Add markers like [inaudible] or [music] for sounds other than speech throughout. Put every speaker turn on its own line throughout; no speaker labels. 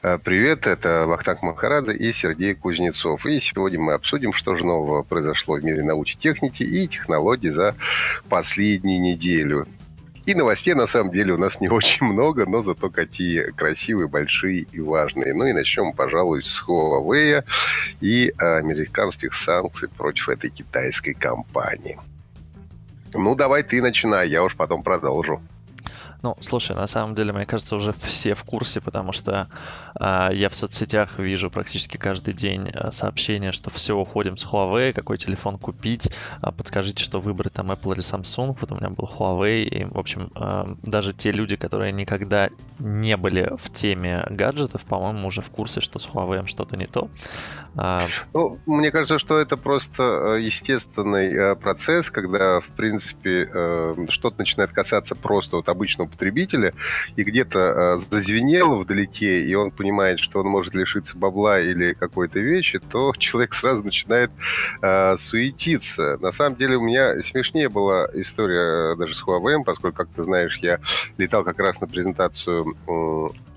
Э, Привет, это Вахтанг Махарадзе и Сергей Кузнецов. И сегодня мы обсудим, что же нового произошло в мире научной техники и технологий за последнюю неделю. И новостей, на самом деле, у нас не [laughs] очень много, но зато какие красивые, большие и важные. Ну и начнем, пожалуй, с Huawei и американских санкций против этой китайской компании. Ну, давай ты начинай, я уж потом продолжу.
Ну, слушай, на самом деле, мне кажется, уже все в курсе, потому что э, я в соцсетях вижу практически каждый день а, сообщения, что все, уходим с Huawei, какой телефон купить, э, подскажите, что выбрать там Apple или Samsung. Вот у меня был Huawei, и, в общем, э, даже те люди, которые никогда не были в теме гаджетов, по-моему, уже в курсе, что с Huawei что-то не то.
Э,
А,
ну, мне кажется, что это просто э, естественный э, процесс, когда, в принципе, э, что-то начинает касаться просто вот обычного потребителя, и где-то э, зазвенело вдалеке, и он понимает, что он может лишиться бабла или какой-то вещи, то [laughs] человек сразу начинает э, суетиться. На самом деле у меня смешнее была история э, даже с Huawei, поскольку, как ты знаешь, я летал как раз на презентацию э,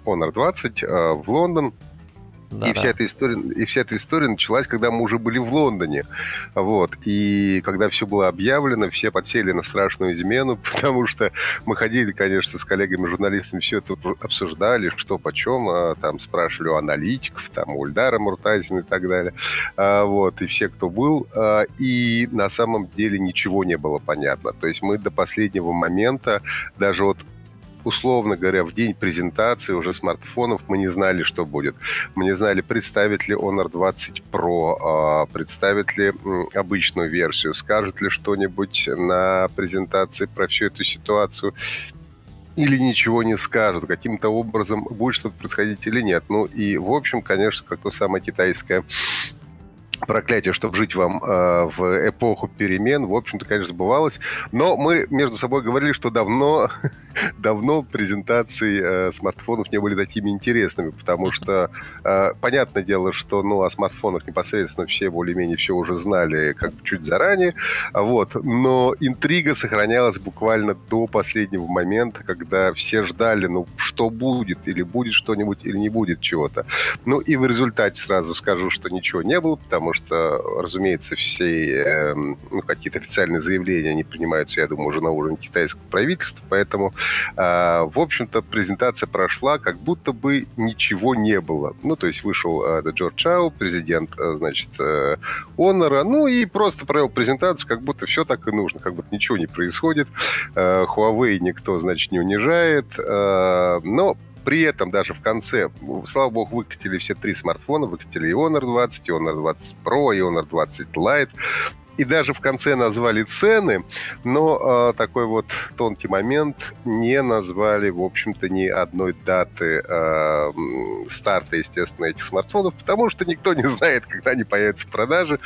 Honor 20 э, в Лондон, да, и, да. Вся эта история, и вся эта история началась, когда мы уже были в Лондоне. Вот. И когда все было объявлено, все подсели на страшную измену, [laughs] потому что мы ходили, конечно, с коллегами-журналистами, все это обсуждали, что почем, а, там спрашивали у аналитиков, там у Ульдара Муртазина и так далее. А, вот. И все, кто был. А, и на самом деле ничего не было понятно. То есть мы до последнего момента даже вот условно говоря, в день презентации уже смартфонов мы не знали, что будет. Мы не знали, представит ли Honor 20 Pro, а представит ли обычную версию, скажет ли что-нибудь на презентации про всю эту ситуацию или ничего не скажут, каким-то образом будет что-то происходить или нет. Ну и, в общем, конечно, как то самое китайское проклятие, чтобы жить вам э, в эпоху перемен, в общем-то, конечно, сбывалось. Но мы между собой говорили, что давно, [laughs] давно презентации э, смартфонов не были такими интересными, потому что, э, понятное дело, что ну, о смартфонах непосредственно все более-менее все уже знали как бы чуть заранее, вот. но интрига сохранялась буквально до последнего момента, когда все ждали, ну, что будет, или будет что-нибудь, или не будет чего-то. Ну, и в результате сразу скажу, что ничего не было, потому потому что, разумеется, все э, ну, какие-то официальные заявления они принимаются, я думаю, уже на уровне китайского правительства, поэтому, э, в общем-то, презентация прошла, как будто бы ничего не было. Ну, то есть вышел э, Джордж Чао, президент, э, значит, э, Онора, ну и просто провел презентацию, как будто все так и нужно, как будто ничего не происходит, э, Huawei никто, значит, не унижает, э, но при этом даже в конце, ну, слава богу, выкатили все три смартфона, выкатили и Honor 20, и Honor 20 Pro, и Honor 20 Lite. И даже в конце назвали цены, но э, такой вот тонкий момент не назвали, в общем-то, ни одной даты э, старта, естественно, этих смартфонов, потому что никто не [laughs] знает, когда они появятся в продаже.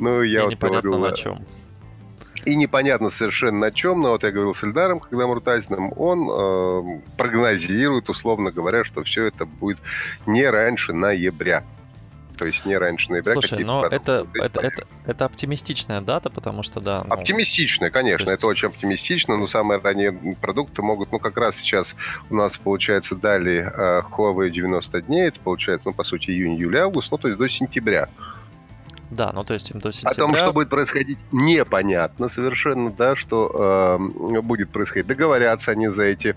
Ну, я и вот непонятно говорю, на чем.
И непонятно совершенно на чем, но вот я говорил с Эльдаром, когда Муртазиным, он э, прогнозирует, условно говоря, что все это будет не раньше ноября. То есть не раньше ноября.
Слушай, но это, это, это, это оптимистичная дата, потому что да.
Ну, оптимистичная, конечно, есть... это очень оптимистично, но самые ранние продукты могут, ну как раз сейчас у нас получается дали э, Huawei 90 дней, это получается, ну по сути июнь, июль, август, ну то есть до сентября.
Да, ну то есть им до сентября...
О том, что будет происходить, непонятно совершенно, да, что э, будет происходить. Договорятся они за эти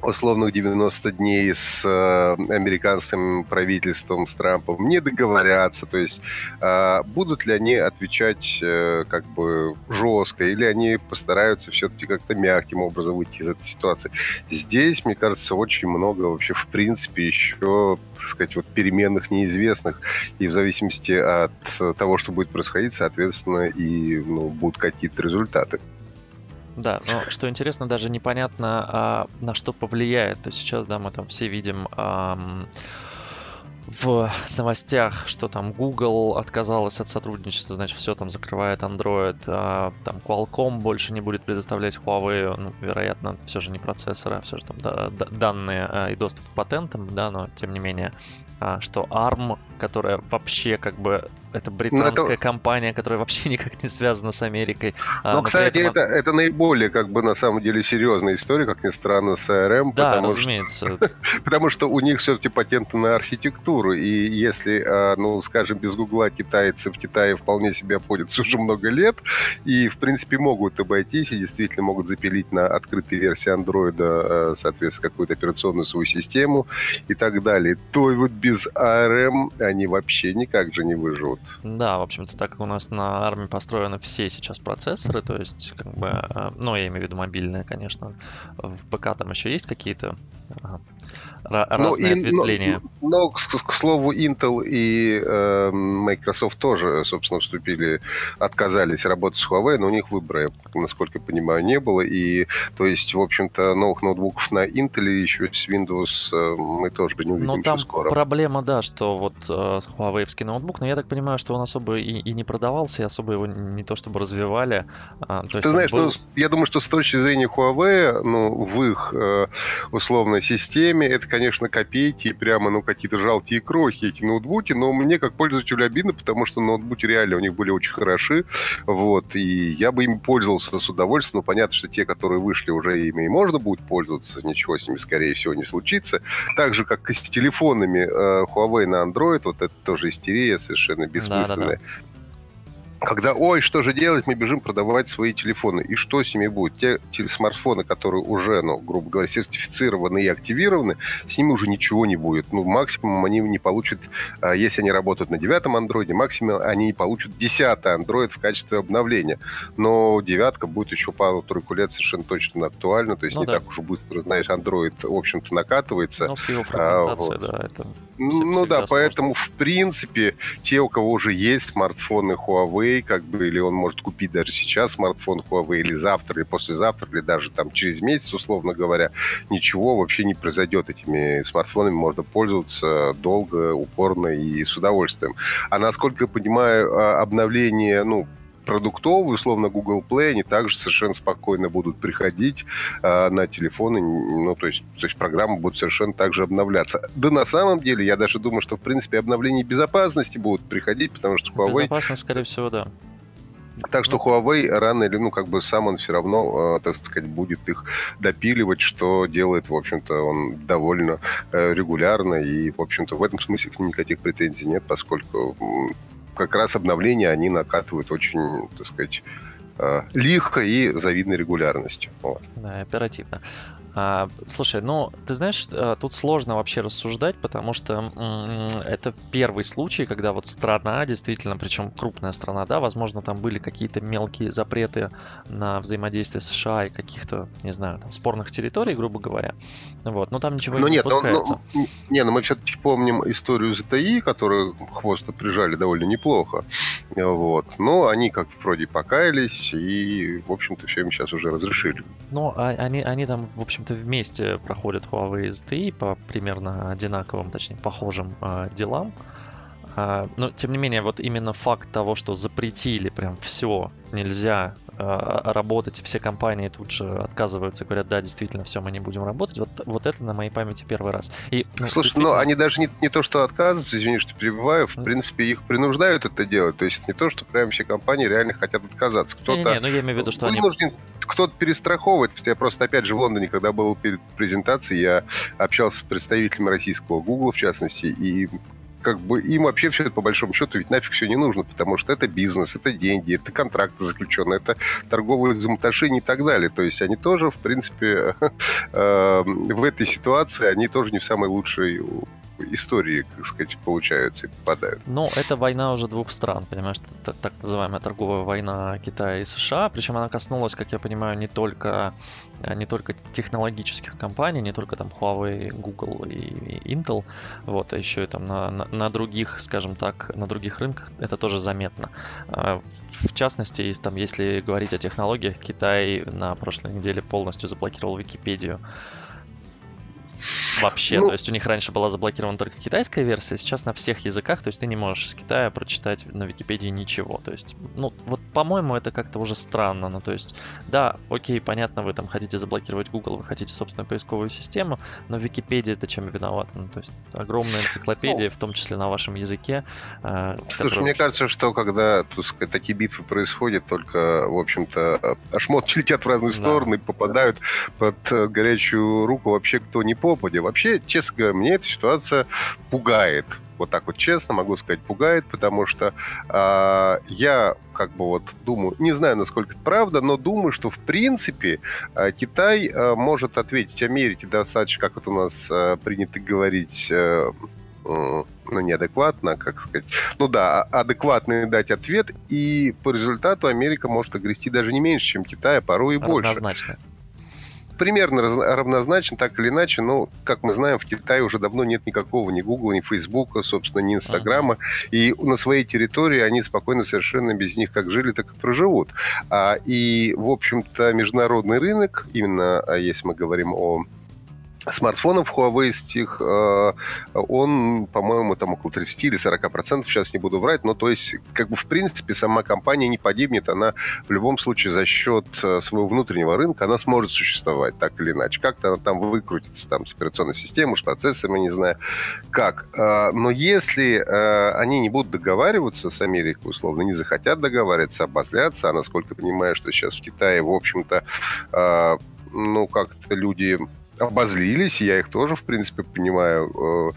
условных 90 дней с э, американским правительством, с Трампом, не договорятся, то есть э, будут ли они отвечать э, как бы жестко, или они постараются все-таки как-то мягким образом выйти из этой ситуации. Здесь, мне кажется, очень много вообще, в принципе, еще, так сказать, вот переменных неизвестных, и в зависимости от э, того, что будет происходить, соответственно, и ну, будут какие-то результаты.
Да, но что интересно, даже непонятно, а, на что повлияет. То есть сейчас, да, мы там все видим а, в новостях, что там Google отказалась от сотрудничества, значит, все там закрывает Android, а, там Qualcomm больше не будет предоставлять Huawei, ну, вероятно, все же не процессоры, а все же там да, да, данные а, и доступ к патентам, да, но тем не менее, а, что ARM, которая вообще как бы
Ну,
это британская это... компания, которая вообще никак не связана с Америкой.
Но, а, кстати, этом... это, это наиболее, как бы, на самом деле, серьезная история, как ни странно, с ARM.
Да, потому разумеется.
Что, потому что у них все-таки патенты на архитектуру, и если, ну, скажем, без Гугла китайцы в Китае вполне себе обходятся [laughs] уже много лет, и, в принципе, могут обойтись, и действительно могут запилить на открытой версии андроида, соответственно, какую-то операционную свою систему и так далее, то и вот без ARM они вообще никак же не выживут
вот. Да, в общем-то, так как у нас на армии построены все сейчас процессоры, то есть, как бы, ну, я имею в виду мобильные, конечно, в ПК там еще есть какие-то ага, разные но, ответвления.
Но, Ну но, но к, к слову, Intel и э, Microsoft тоже, собственно, вступили, отказались работать с Huawei, но у них выбора, насколько я понимаю, не было, и, то есть, в общем-то, новых ноутбуков на Intel и еще с Windows э, мы тоже не увидим
Но там
скоро.
проблема, да, что вот э, Huawei ноутбук, но я так понимаю, понимаю, что он особо и, и не продавался, и особо его не то чтобы развивали.
А, то Ты есть знаешь, был... ну, я думаю, что с точки зрения Huawei, ну, в их э, условной системе, это, конечно, копейки, прямо, ну, какие-то жалкие крохи эти ноутбуки, но мне, как пользователю, обидно, потому что ноутбуки реально у них были очень хороши, вот, и я бы им пользовался с удовольствием, но понятно, что те, которые вышли, уже ими и можно будет пользоваться, ничего с ними, скорее всего, не случится. Так же, как и с телефонами э, Huawei на Android, вот это тоже истерия совершенно бессмысленное. Да, да, да. Когда, ой, что же делать, мы бежим продавать свои телефоны. И что с ними будет? Те, те смартфоны, которые уже, ну, грубо говоря, сертифицированы и активированы, с ними уже ничего не будет. Ну, максимум они не получат, а, если они работают на девятом андроиде, максимум они не получат десятый андроид в качестве обновления. Но девятка будет еще пару-тройку лет совершенно точно актуальна. То есть ну, не да. так уж быстро, знаешь, андроид, в общем-то, накатывается.
Ну, с его а, вот. да, это...
Ну да, поэтому, сложно. в принципе, те, у кого уже есть смартфоны Huawei, Huawei, как бы, или он может купить даже сейчас смартфон Huawei, или завтра, или послезавтра, или даже там через месяц, условно говоря, ничего вообще не произойдет. Этими смартфонами можно пользоваться долго, упорно и с удовольствием. А насколько я понимаю, обновление, ну, продуктовые, условно Google Play, они также совершенно спокойно будут приходить э, на телефоны, ну, то есть, то есть программы будут совершенно также обновляться. Да на самом деле, я даже думаю, что, в принципе, обновления безопасности будут приходить, потому что Huawei...
Безопасность, скорее всего, да.
Так что Huawei рано или, ну, как бы сам он все равно, э, так сказать, будет их допиливать, что делает, в общем-то, он довольно э, регулярно, и, в общем-то, в этом смысле к ним никаких претензий нет, поскольку как раз обновления они накатывают очень, так сказать, лихо и завидной регулярностью. Вот.
Да, оперативно. А, слушай, ну, ты знаешь, тут сложно вообще рассуждать, потому что м- это первый случай, когда вот страна, действительно, причем крупная страна, да, возможно, там были какие-то мелкие запреты на взаимодействие США и каких-то, не знаю, там, спорных территорий, грубо говоря. Вот, но там ничего
но
не
Ну нет,
допускается.
Но, но, не, но мы все-таки помним историю ЗТИ, которую хвост прижали довольно неплохо. Э, Вот. Но они как вроде покаялись, есть, и, в общем-то, все им сейчас уже разрешили.
Ну, а, они, они там, в общем-то, вместе проходят Huawei SDI по примерно одинаковым, точнее, похожим э, делам. Э, но, тем не менее, вот именно факт того, что запретили прям все, нельзя э, работать, все компании тут же отказываются, говорят, да, действительно, все, мы не будем работать, вот, вот это на моей памяти первый раз.
И, ну, Слушай, действительно... ну, они даже не, не то, что отказываются, извини, что перебиваю, в mm. принципе, их принуждают это делать, то есть не то, что прям все компании реально хотят отказаться. Кто-то... Не, не,
ну я имею в виду, что
вынужден... они кто-то перестраховывается. Я просто, опять же, в Лондоне, когда был перед презентацией, я общался с представителями российского Гугла, в частности, и как бы им вообще все это по большому счету ведь нафиг все не нужно, потому что это бизнес, это деньги, это контракты заключенные, это торговые взаимоотношения и так далее. То есть они тоже, в принципе, [laughs] эм, в этой ситуации, они тоже не в самой лучшей э, истории, как сказать, получаются и попадают.
Ну, это война уже двух стран, понимаешь, так, так называемая торговая война Китая и США, причем она коснулась, как я понимаю, не только, э, не только технологических компаний, не только там Huawei, Google и, и Intel, вот, а еще и там на, на, на других, скажем так, на других рынках это тоже заметно. А, В частности, там, если говорить о технологиях, Китай на прошлой неделе полностью заблокировал Википедию. Вообще, ну, то есть у них раньше была заблокирована только китайская версия, сейчас на всех языках, то есть ты не можешь из Китая прочитать на Википедии ничего. То есть, ну, вот, по-моему, это как-то уже странно. Ну, то есть, да, окей, понятно, вы там хотите заблокировать Google, вы хотите собственную поисковую систему, но Википедия это чем виновата? Ну, то есть, огромная энциклопедия, ну, в том числе на вашем языке. а,
Слушай, мне кажется, что когда так сказать, такие битвы происходят, только, в общем-то, шмотки [laughs] летят в разные да. стороны, попадают под э, горячую руку вообще кто не попадя. Вообще, честно говоря, мне эта ситуация пугает. Вот так вот честно могу сказать, пугает, потому что э, я как бы вот думаю, не знаю, насколько это правда, но думаю, что в принципе А, Китай может ответить Америке достаточно, как это у нас а, принято говорить э, ну, неадекватно, как сказать, ну да, адекватный дать ответ, и по результату Америка может огрести даже не меньше, чем Китай, а порой и больше.
Однозначно.
Примерно равнозначно, так или иначе, но, как мы знаем, в Китае уже давно нет никакого ни Гугла, ни Фейсбука, собственно, ни Инстаграма, uh-huh. и на своей территории они спокойно совершенно без них как жили, так и проживут. А, и, в общем-то, международный рынок, именно а, если мы говорим о смартфонов Huawei стих, он, по-моему, там около 30 или 40 процентов, сейчас не буду врать, но то есть, как бы, в принципе, сама компания не погибнет, она в любом случае за счет э, своего внутреннего рынка, она сможет существовать, так или иначе. Как-то она там выкрутится, там, с операционной системой, с процессами, не знаю, как. А, Но если э, они не будут договариваться с Америкой, условно, не захотят договариваться, обозлятся, а, насколько понимаю, что сейчас в Китае, в общем-то, ну, как-то люди обозлились, я их тоже, в принципе, понимаю. э,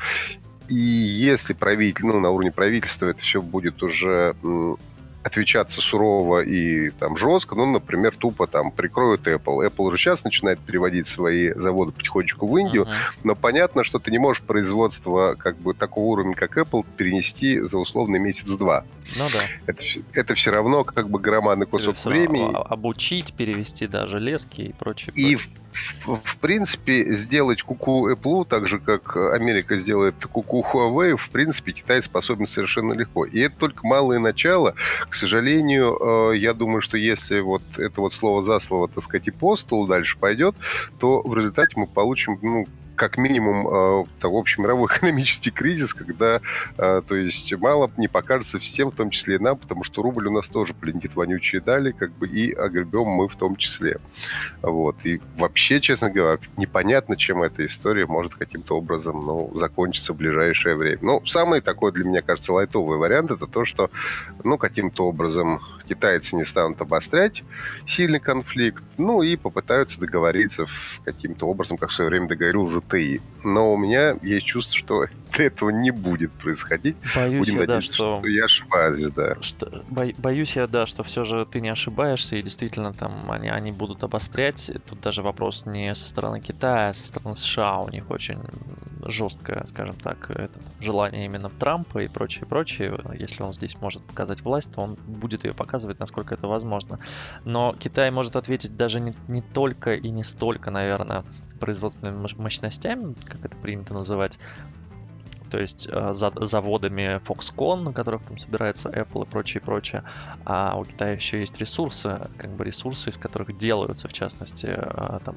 И если правитель, ну, на уровне правительства это все будет уже отвечаться сурово и там жестко, ну, например, тупо там прикроют Apple. Apple уже сейчас начинает переводить свои заводы потихонечку в Индию, uh-huh. но понятно, что ты не можешь производство как бы такого уровня, как Apple, перенести за условный месяц-два.
Ну да.
Это, это все равно как бы громадный кусок Тебе времени.
а, Обучить, перевести даже лески и прочее.
И прочее. В, в, в принципе сделать куку -ку Apple, так же как Америка сделает куку -ку Huawei, в принципе Китай способен совершенно легко. И это только малое начало. К сожалению, э, я думаю, что если вот это вот слово за слово, так сказать, и по столу дальше пойдет, то в результате мы получим, ну, как минимум, э, в общем, мировой [laughs] экономический кризис, когда, э, то есть, мало не покажется всем, в том числе и нам, потому что рубль у нас тоже плентит вонючие дали, как бы, и огребем мы в том числе. Вот. И вообще, честно говоря, непонятно, чем эта история может каким-то образом, ну, закончиться в ближайшее время. Ну, самый такой для меня, кажется, лайтовый вариант, это то, что, ну, каким-то образом китайцы не станут обострять сильный конфликт, ну, и попытаются договориться каким-то образом, как в свое время договорился ТИ. Но у меня есть чувство, что [laughs] этого не будет происходить.
Боюсь
Будем
я, надеяться, да, что...
что я ошибаюсь, да.
Что... Бо... Боюсь я, да, что все же ты не ошибаешься, и действительно там они, они будут обострять. Тут даже вопрос не со стороны Китая, а со стороны США. У них очень жесткое, скажем так, это, желание именно Трампа и прочее, прочее. Если он здесь может показать власть, то он будет ее показывать, насколько это возможно. Но Китай может ответить даже не, не только и не столько, наверное, производственными мощностями, как это принято называть, то есть э, за, заводами Foxconn, на которых там собирается Apple и прочее, прочее. А у Китая еще есть ресурсы, как бы ресурсы, из которых делаются, в частности, э, там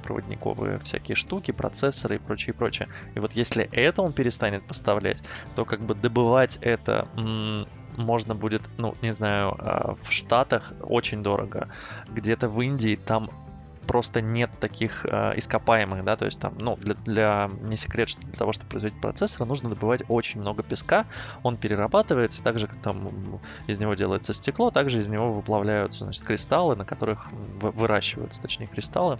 полупроводниковые всякие штуки, процессоры и прочее, прочее. И вот если это он перестанет поставлять, то как бы добывать это можно будет, ну, не знаю, э, в Штатах очень дорого, где-то в Индии там просто нет таких э, ископаемых, да, то есть там, ну, для, для, не секрет, что для того, чтобы производить процессор, нужно добывать очень много песка, он перерабатывается, так же, как там из него делается стекло, также из него выплавляются, значит, кристаллы, на которых выращиваются, точнее, кристаллы,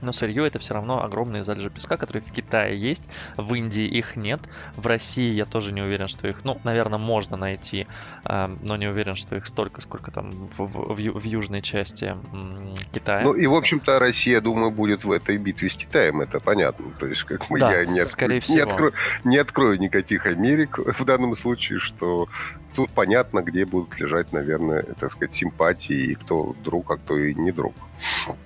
но сырье это все равно огромные залежи песка, которые в Китае есть, в Индии их нет, в России я тоже не уверен, что их, ну, наверное, можно найти, э, но не уверен, что их столько, сколько там в, в, в южной части Китая.
Ну и, в общем-то, Россия, думаю, будет в этой битве с Китаем, это понятно. То есть, как мы,
да,
я не,
скорее
открою,
всего.
не, открою, не открою никаких Америк [laughs] в данном случае, что тут понятно, где будут лежать, наверное, так сказать, симпатии и кто друг, а кто и не друг.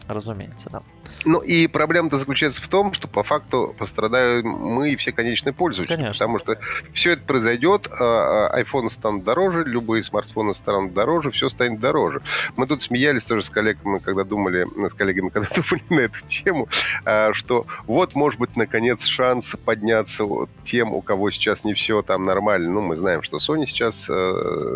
Разумеется, да.
Ну и проблема-то заключается в том, что по факту пострадаем мы и все конечные пользователи.
Конечно.
Потому что все это произойдет, а, iPhone станут дороже, любые смартфоны станут дороже, все станет дороже. Мы тут смеялись тоже с коллегами, когда думали, с коллегами, когда [laughs] думали на эту тему, а, что вот, может быть, наконец шанс подняться тем, у кого сейчас не все там нормально. Ну, мы знаем, что Sony сейчас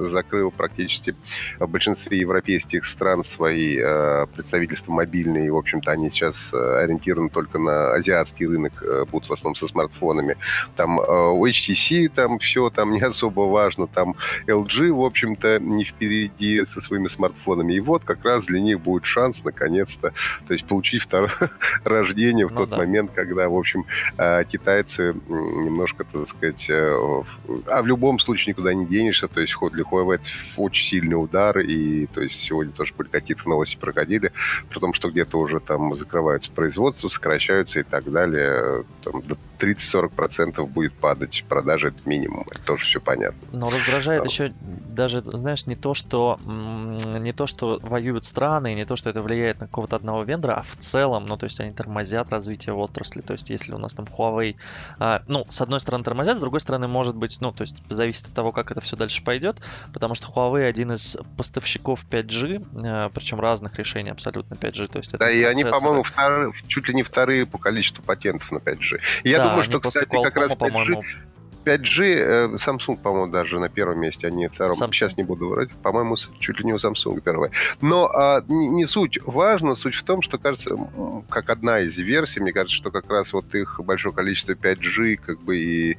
закрыл практически в большинстве европейских стран свои э, представительства мобильные, и, в общем-то, они сейчас э, ориентированы только на азиатский рынок, э, будут в основном со смартфонами. Там э, у HTC там все там не особо важно, там LG, в общем-то, не впереди со своими смартфонами. И вот как раз для них будет шанс, наконец-то, то есть получить второе [laughs] рождение в ну, тот да. момент, когда, в общем, э, китайцы немножко, так сказать, а в любом случае никуда не денешься, то есть ход для Huawei это очень сильный удар, и то есть сегодня тоже были какие-то новости проходили, при том, что где-то уже там закрываются производства, сокращаются и так далее, э, там, до 30-40% будет падать продажи, это минимум, это тоже все понятно.
Но раздражает Но. еще даже, знаешь, не то, что не то, что воюют страны, не то, что это влияет на какого-то одного вендора, а в целом, ну, то есть они тормозят развитие отрасли, то есть если у нас там Huawei, ну, с одной стороны тормозят, с другой стороны, может быть, ну, то есть зависит от того, как это все дальше пойдет, потому что Huawei один из поставщиков 5G, причем разных решений абсолютно 5G, то есть
Да, и процессоры. они, по-моему, втор... чуть ли не вторые по количеству патентов на 5G. И я да, думаю, что, кстати, Qualcomm, как раз 5G... 5G, э, Samsung, по-моему, даже на первом месте, а не втором. Samsung. Сейчас не буду врать. По-моему, чуть ли не у Samsung первое. Но а, не, не суть важно. Суть в том, что, кажется, как одна из версий, мне кажется, что как раз вот их большое количество 5G как бы и,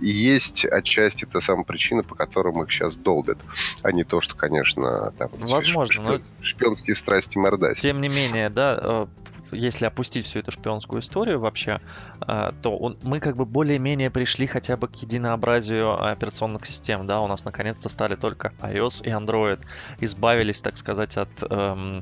и есть отчасти та самая причина, по которым их сейчас долбят. А не то, что, конечно, там...
Возможно,
шпион, но... Шпионские страсти мордаси.
Тем не менее, да, э, если опустить всю эту шпионскую историю вообще, э, то он, мы как бы более-менее пришли хотя бы к единообразию операционных систем, да, у нас наконец-то стали только iOS и Android, избавились, так сказать, от эм,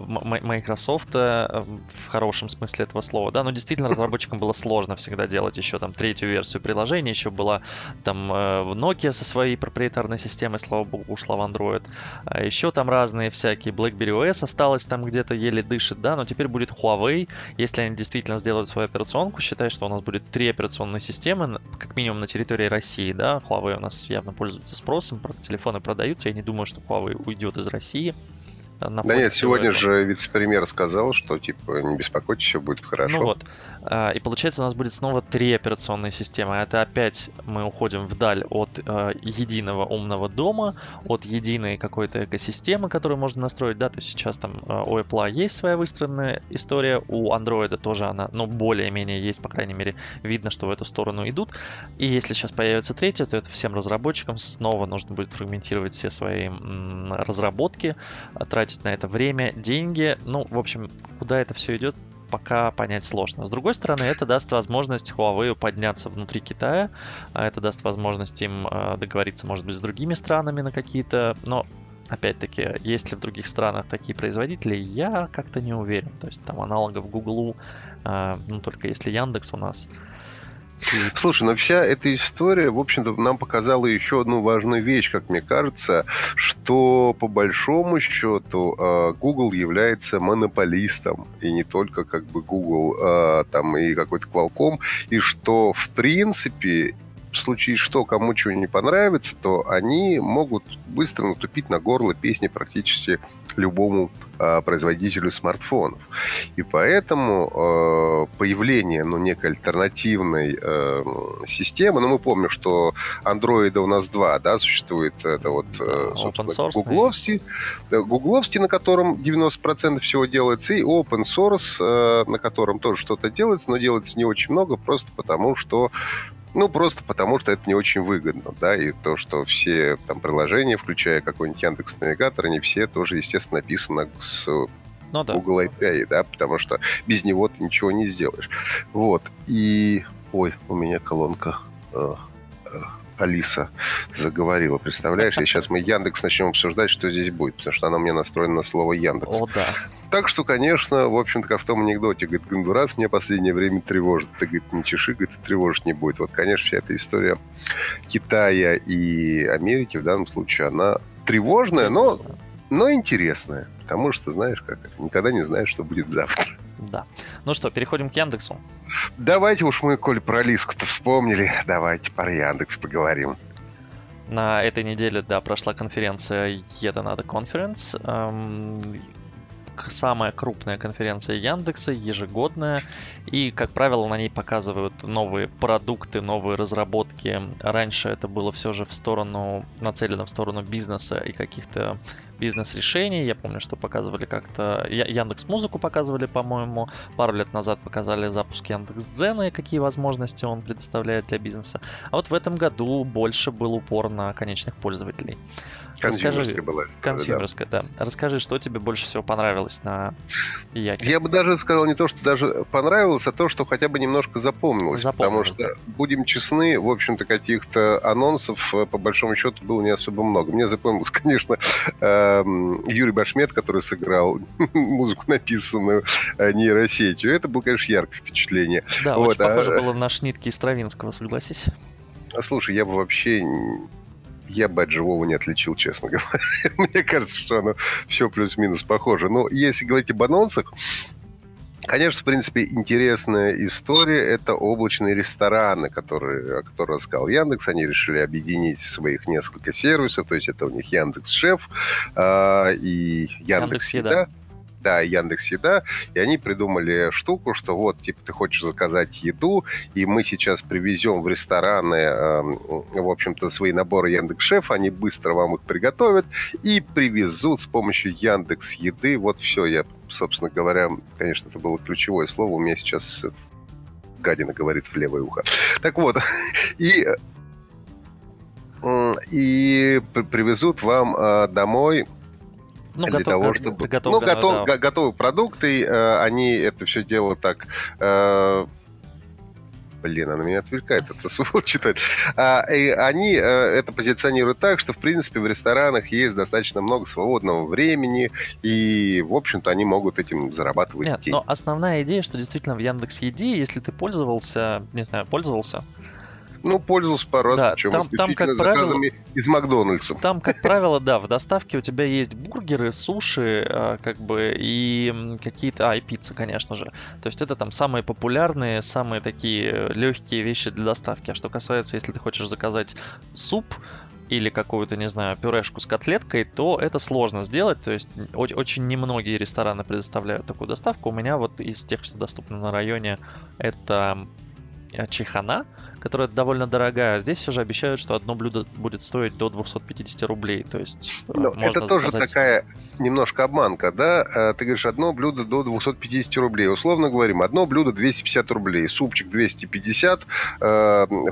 Microsoft э, в хорошем смысле этого слова, да, но действительно разработчикам было сложно всегда делать еще там третью версию приложения, еще была там э, Nokia со своей проприетарной системой, слава богу, ушла в Android, еще там разные всякие, BlackBerry OS осталось там где-то еле дышит, да, но теперь будет Huawei, если они действительно сделают свою операционку, считай, что у нас будет три операционные системы, как минимум на территории России, да, Huawei у нас явно пользуется спросом, телефоны продаются, я не думаю, что Huawei уйдет из России. э,
Да нет, сегодня этого. же вице-премьер сказал, что типа не беспокойтесь, все будет хорошо.
Ну вот. И получается у нас будет снова три операционные системы. Это опять мы уходим вдаль от а, единого умного дома, от единой какой-то экосистемы, которую можно настроить. Да, то есть сейчас там а, у Apple есть своя выстроенная история, у Android тоже она, ну, более-менее есть, по крайней мере, видно, что в эту сторону идут. И если сейчас появится третья, то это всем разработчикам снова нужно будет фрагментировать все свои разработки, тратить тратить на это время, деньги. Ну, в общем, куда это все идет, пока понять сложно. С другой стороны, это даст возможность Huawei подняться внутри Китая, а это даст возможность им а, договориться, может быть, с другими странами на какие-то, но Опять-таки, есть ли в других странах такие производители, я как-то не уверен. То есть там аналогов Google, ну только если Яндекс у нас.
Слушай, но вся эта история, в общем-то, нам показала еще одну важную вещь, как мне кажется, что по большому счету Google является монополистом, и не только как бы Google, а, там и какой-то Qualcomm, и что в принципе в случае что кому чего не понравится, то они могут быстро натупить на горло песни практически любому э, производителю смартфонов. И поэтому э, появление ну, некой альтернативной э, системы, ну мы помним, что андроида у нас два, да, существует это вот э, гугловский, гугловский, на котором 90% всего делается, и open source, э, на котором тоже что-то делается, но делается не очень много, просто потому что ну, просто потому, что это не очень выгодно, да, и то, что все там приложения, включая какой-нибудь Яндекс Навигатор, они все тоже, естественно, написаны с ну, да. Google API, да, потому что без него ты ничего не сделаешь. Вот, и... Ой, у меня колонка э, Алиса заговорила. Представляешь, и сейчас мы Яндекс начнем обсуждать, что здесь будет, потому что она мне настроена на слово Яндекс.
О, да.
Так что, конечно, в общем-то, как в том анекдоте, говорит, Гондурас меня последнее время тревожит. Ты, говорит, не чеши, говорит, тревожить не будет. Вот, конечно, вся эта история Китая и Америки в данном случае, она ну, тревожная, но, но интересная. Потому что, знаешь, как никогда не знаешь, что будет завтра. [laughs]
Да. Ну что, переходим к Яндексу.
Давайте уж мы, коль про Лиску-то вспомнили, давайте про Яндекс поговорим.
На этой неделе, да, прошла конференция Еда Конференц Эм, самая крупная конференция Яндекса, ежегодная. И, как правило, на ней показывают новые продукты, новые разработки. Раньше это было все же в сторону, нацелено в сторону бизнеса и каких-то бизнес-решений. Я помню, что показывали как-то... Яндекс Музыку показывали, по-моему. Пару лет назад показали запуск Яндекс Дзена и какие возможности он предоставляет для бизнеса. А вот в этом году больше был упор на конечных пользователей.
Расскажи... Была
консюмерская, да. да. Расскажи, что тебе больше всего понравилось понравилось на Яке?
Я бы даже сказал не то, что даже понравилось, а то, что хотя бы немножко запомнилось. запомнилось потому что, да. будем честны, в общем-то, каких-то анонсов, э, по большому счету, было не особо много. Мне запомнилось, [laughs] конечно, эм, Юрий Башмет, который сыграл [laughs] музыку, написанную э, нейросетью. Это было, конечно, яркое впечатление.
Да, вот, очень а... похоже было на шнитки из Травинского, согласись?
А Слушай, я бы вообще я бы от живого не отличил, честно [laughs] говоря. Мне кажется, что оно все плюс-минус похоже. Но если говорить об анонсах, Конечно, в принципе, интересная история – это облачные рестораны, которые, о которых рассказал Яндекс. Они решили объединить своих несколько сервисов, то есть это у них Яндекс Шеф э, и Яндекс, Яндекс Еда. Еда да, Яндекс Еда, и они придумали штуку, что вот, типа, ты хочешь заказать еду, и мы сейчас привезем в рестораны, э, в общем-то, свои наборы Яндекс Шеф, они быстро вам их приготовят и привезут с помощью Яндекс Еды. Вот все, я, собственно говоря, конечно, это было ключевое слово, у меня сейчас гадина говорит в левое ухо. Так вот, [laughs] и э, и привезут вам э, домой ну, для готов, того, чтобы... Ну, готов, да. готовы продукты, э, они это все дело так... Э, блин, она меня отвлекает, это свол [laughs] читать. А, и они э, это позиционируют так, что, в принципе, в ресторанах есть достаточно много свободного времени, и, в общем-то, они могут этим зарабатывать
Нет, деньги. но основная идея, что действительно в Яндекс.Еде, если ты пользовался, не знаю, пользовался,
ну, пользовался пару раз,
да, причем там, там, как
заказами
правило,
из Макдональдса. [laughs]
Там, как правило, да, в доставке у тебя есть бургеры, суши, э, как бы, и какие-то... А, и пицца, конечно же. То есть это там самые популярные, самые такие легкие вещи для доставки. А что касается, если ты хочешь заказать суп, или какую-то, не знаю, пюрешку с котлеткой, то это сложно сделать. То есть очень немногие рестораны предоставляют такую доставку. У меня вот из тех, что доступно на районе, это чехана, которая довольно дорогая. Здесь все же обещают, что одно блюдо будет стоить до 250 рублей. То есть э,
Но можно Ну, это тоже заказать... такая немножко обманка, да? Э, Ты говоришь, одно блюдо до 250 рублей. Условно говорим, одно блюдо 250 рублей, супчик 250,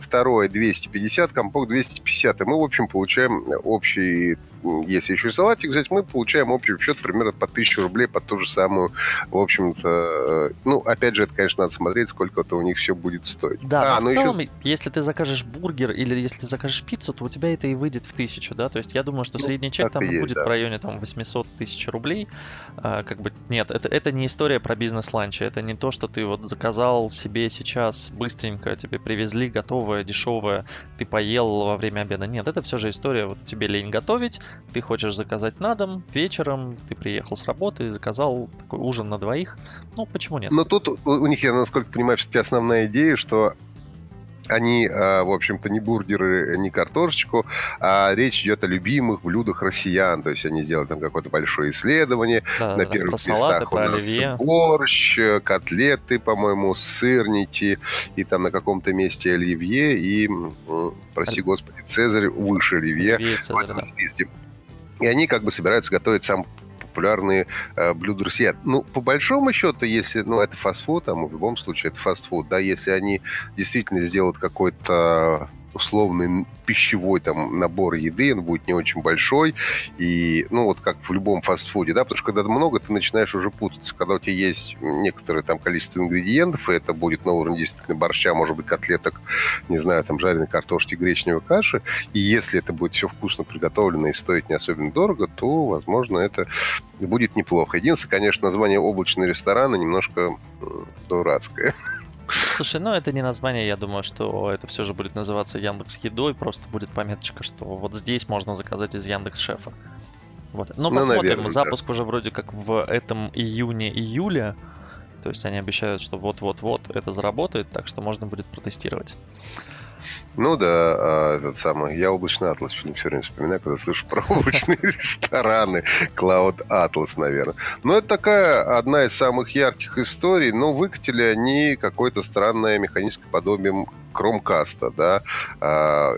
второе 250, компок 250. И мы, в общем, получаем общий, если еще и салатик взять, мы получаем общий в счет примерно по 1000 рублей под ту же самую, в общем-то, ну, опять же, это, конечно, надо смотреть, сколько это у них все будет стоить ну, стоить.
Да, а, но в целом, еще... если ты закажешь бургер или если ты закажешь пиццу, то у тебя это и выйдет в тысячу, да? То есть я думаю, что ну, средний чек там есть, будет да. в районе там 800 тысяч рублей. А, как бы нет, это, это не история про бизнес-ланчи, это не то, что ты вот заказал себе сейчас быстренько, тебе привезли готовое, дешевое, ты поел во время обеда. Нет, это все же история, вот тебе лень готовить, ты хочешь заказать на дом, вечером ты приехал с работы, заказал такой ужин на двоих, ну почему нет?
Но тут у них, я насколько понимаю, все-таки основная идея, что что они, а, в общем-то, не бургеры, не картошечку, а речь идет о любимых блюдах россиян. То есть они сделали там какое-то большое исследование. Да, На да, первых местах
салаты,
у нас оливье. борщ, котлеты, по-моему, сырники, и там на каком-то месте оливье, и, прости господи, цезарь выше оливье, оливье цезарь, в этом списке. Да. И они как бы собираются готовить сам популярные э, блюда россиян. Ну, по большому счету, если, ну, это фастфуд, там, в любом случае, это фастфуд, да, если они действительно сделают какой-то условный пищевой там набор еды, он будет не очень большой, и, ну, вот как в любом фастфуде, да, потому что когда много, ты начинаешь уже путаться, когда у тебя есть некоторое там количество ингредиентов, и это будет на уровне действительно борща, может быть, котлеток, не знаю, там, жареной картошки, гречневой каши, и если это будет все вкусно приготовлено и стоит не особенно дорого, то, возможно, это будет неплохо. Единственное, конечно, название облачные рестораны немножко э, дурацкое.
Слушай, ну это не название, я думаю, что это все же будет называться Яндекс Едой, просто будет пометочка, что вот здесь можно заказать из Яндекс Шефа. Вот. Но ну, посмотрим, наверное, запуск да. уже вроде как в этом июне-июле. То есть они обещают, что вот-вот-вот это заработает, так что можно будет протестировать.
Ну да, этот самый. Я облачный атлас фильм все время вспоминаю, когда слышу про облачные рестораны. Cloud Atlas, наверное. Но это такая одна из самых ярких историй. Но выкатили они какое-то странное механическое подобие Кромкаста, да А,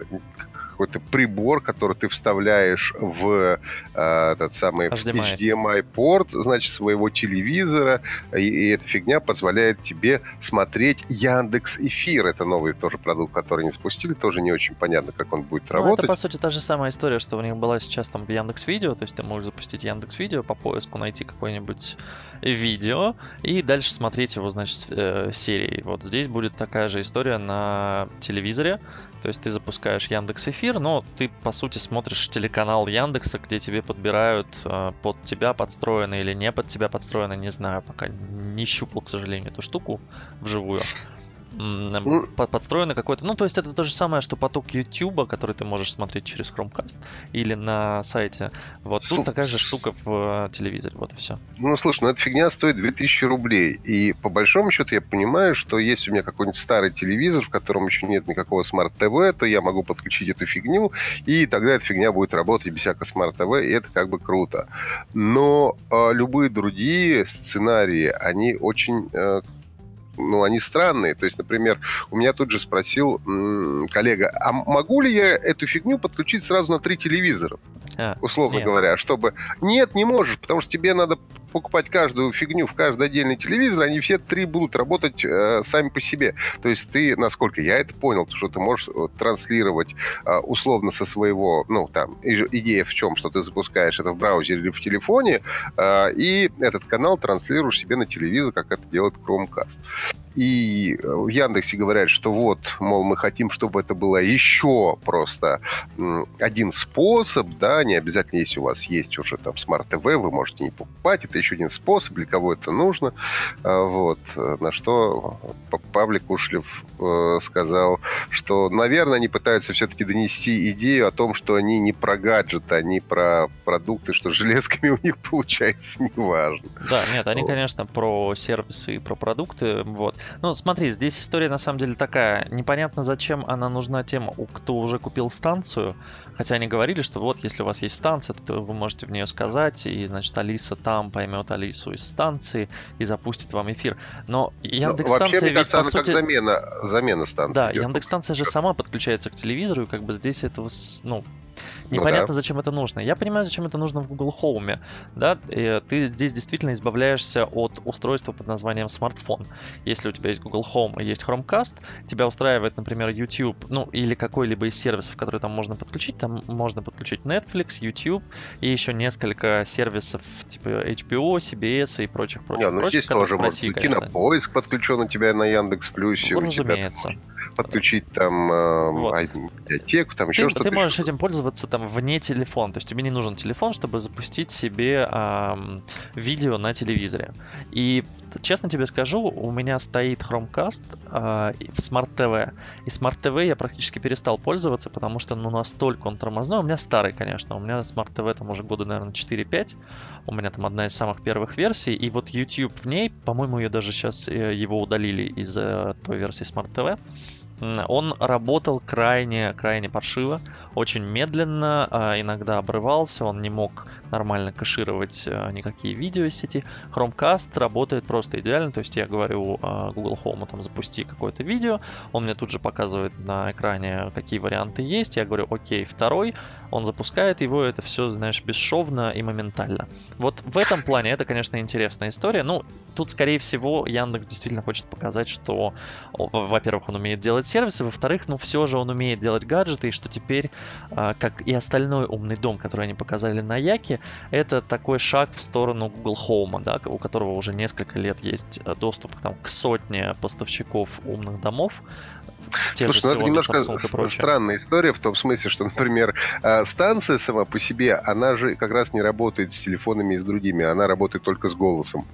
какой-то прибор, который ты вставляешь в э, этот самый HDMI. HDMI порт, значит своего телевизора, и, и эта фигня позволяет тебе смотреть Яндекс Эфир. Это новый тоже продукт, который они спустили, тоже не очень понятно, как он будет ну, работать.
Это по сути та же самая история, что у них была сейчас там в Яндекс Видео, то есть ты можешь запустить Яндекс Видео по поиску найти какое-нибудь видео и дальше смотреть его, значит, э, серией. Вот здесь будет такая же история на телевизоре, то есть ты запускаешь Яндекс Эфир эфир, но ты, по сути, смотришь телеканал Яндекса, где тебе подбирают э, под тебя подстроено или не под тебя подстроено, не знаю, пока не щупал, к сожалению, эту штуку вживую. Под, подстроено какое-то. Ну, то есть это то же самое, что поток YouTube, который ты можешь смотреть через Chromecast или на сайте. Вот тут такая же штука в э, телевизоре, вот и все.
Ну, слушай, ну эта фигня стоит 2000 рублей. И по большому счету я понимаю, что если у меня какой-нибудь старый телевизор, в котором еще нет никакого смарт-ТВ, то я могу подключить эту фигню, и тогда эта фигня будет работать без всякого смарт-ТВ, и это как бы круто. Но э, любые другие сценарии, они очень э, ну, они странные. То есть, например, у меня тут же спросил м, коллега, а могу ли я эту фигню подключить сразу на три телевизора? А, условно нет. говоря, чтобы... Нет, не можешь, потому что тебе надо покупать каждую фигню в каждый отдельный телевизор, они все три будут работать э, сами по себе. То есть ты, насколько я это понял, что ты можешь транслировать э, условно со своего, ну, там, идея в чем, что ты запускаешь это в браузере или в телефоне, э, и этот канал транслируешь себе на телевизор, как это делает Chromecast. И э, в Яндексе говорят, что вот, мол, мы хотим, чтобы это было еще просто один способ, да, не обязательно, если у вас есть уже там смарт-ТВ, вы можете не покупать, это еще один способ, для кого это нужно, А, вот, на что Павлик Ушлев сказал, что, наверное, они пытаются все-таки донести идею о том, что они не про гаджеты, они про продукты, что железками [laughs] у них получается неважно.
Да, нет, они, вот. конечно, про сервисы и про продукты, вот. Ну, смотри, здесь история на самом деле такая. Непонятно, зачем она нужна тем, кто уже купил станцию. Хотя они говорили, что вот, если у вас есть станция, то вы можете в нее сказать, и, значит, Алиса там поймет Алису из станции и запустит вам эфир. Но Яндекс станция
Ну, вообще,
ведь, кажется,
по сути... как замена, замена станции.
Да, Яндекс станция же сама подключается к телевизору, и как бы здесь этого, ну, непонятно, ну, да. зачем это нужно. Я понимаю, зачем это нужно в Google Home, да, и ты здесь действительно избавляешься от устройства под названием смартфон если у тебя есть Google Home и есть Chromecast, тебя устраивает, например, YouTube, ну или какой-либо из сервисов, которые там можно подключить, там можно подключить Netflix, YouTube и еще несколько сервисов типа HBO, CBS и прочих прочих.
Не, ну
прочих,
здесь тоже в России, можно. Кинопоиск подключен у тебя на Яндекс Плюсе,
ну, разумеется. Тебя
подключить там э, вот. библиотеку, там еще
ты,
что-то.
Ты можешь еще. этим пользоваться там вне телефона, то есть тебе не нужен телефон, чтобы запустить себе э, видео на телевизоре. И честно тебе скажу, у меня стоит Chromecast э, в Smart TV. И Smart TV я практически перестал пользоваться, потому что ну настолько он тормозной. У меня старый, конечно. У меня Smart TV там уже года, наверное, 4-5. У меня там одна из самых первых версий. И вот YouTube в ней, по-моему, ее даже сейчас э, его удалили из э, той версии Smart TV. Он работал крайне, крайне паршиво, очень медленно, а, иногда обрывался, он не мог нормально кэшировать а, никакие видео из сети. Chromecast работает просто идеально, то есть я говорю а, Google Home, там запусти какое-то видео, он мне тут же показывает на экране, какие варианты есть, я говорю, окей, второй, он запускает его, это все, знаешь, бесшовно и моментально. Вот в этом плане это, конечно, интересная история, ну, тут, скорее всего, Яндекс действительно хочет показать, что, во-первых, он умеет делать сервисы, во-вторых, ну все же он умеет делать гаджеты, и что теперь, а, как и остальной умный дом, который они показали на Яке, это такой шаг в сторону Google Home, да, у э, которого уже несколько лет есть доступ там, к сотне поставщиков умных домов, те
Слушай,
же
ну это
Xiaomi, Samsung
немножко
и
с-
прочее.
странная история в том смысле, что, например, э, станция сама по себе, она же как раз не работает с телефонами и с другими, она работает только с голосом.